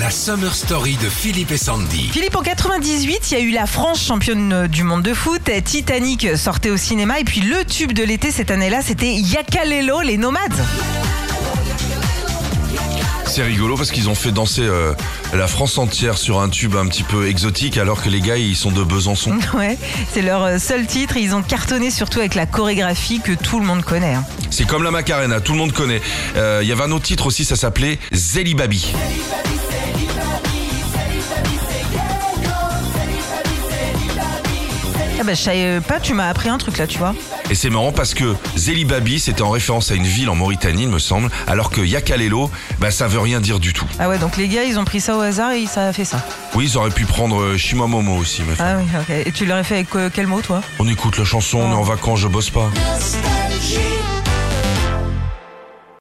La Summer Story de Philippe et Sandy. Philippe, en 98, il y a eu la France championne euh, du monde de foot, Titanic sortait au cinéma, et puis le tube de l'été cette année-là, c'était Yakalelo, les nomades. C'est rigolo parce qu'ils ont fait danser euh, la France entière sur un tube un petit peu exotique alors que les gars ils sont de Hein Besançon. Ouais, c'est leur euh, seul titre, et ils ont cartonné surtout avec la chorégraphie que tout le monde connaît. hein. C'est comme la Macarena, tout le monde connaît. Euh, Il y avait un autre titre aussi, ça s'appelait Zeli Babi. Ah bah, je savais pas, tu m'as appris un truc là, tu vois. Et c'est marrant parce que Zeli Babi c'était en référence à une ville en Mauritanie, il me semble, alors que Yakalelo, bah ça veut rien dire du tout. Ah ouais, donc les gars, ils ont pris ça au hasard et ça a fait ça. Oui, ils auraient pu prendre euh, Shimamomo aussi, mais Ah oui, ok. Et tu l'aurais fait avec euh, quel mot, toi on écoute la chanson, on est en vacances, je bosse pas. Nostalgie.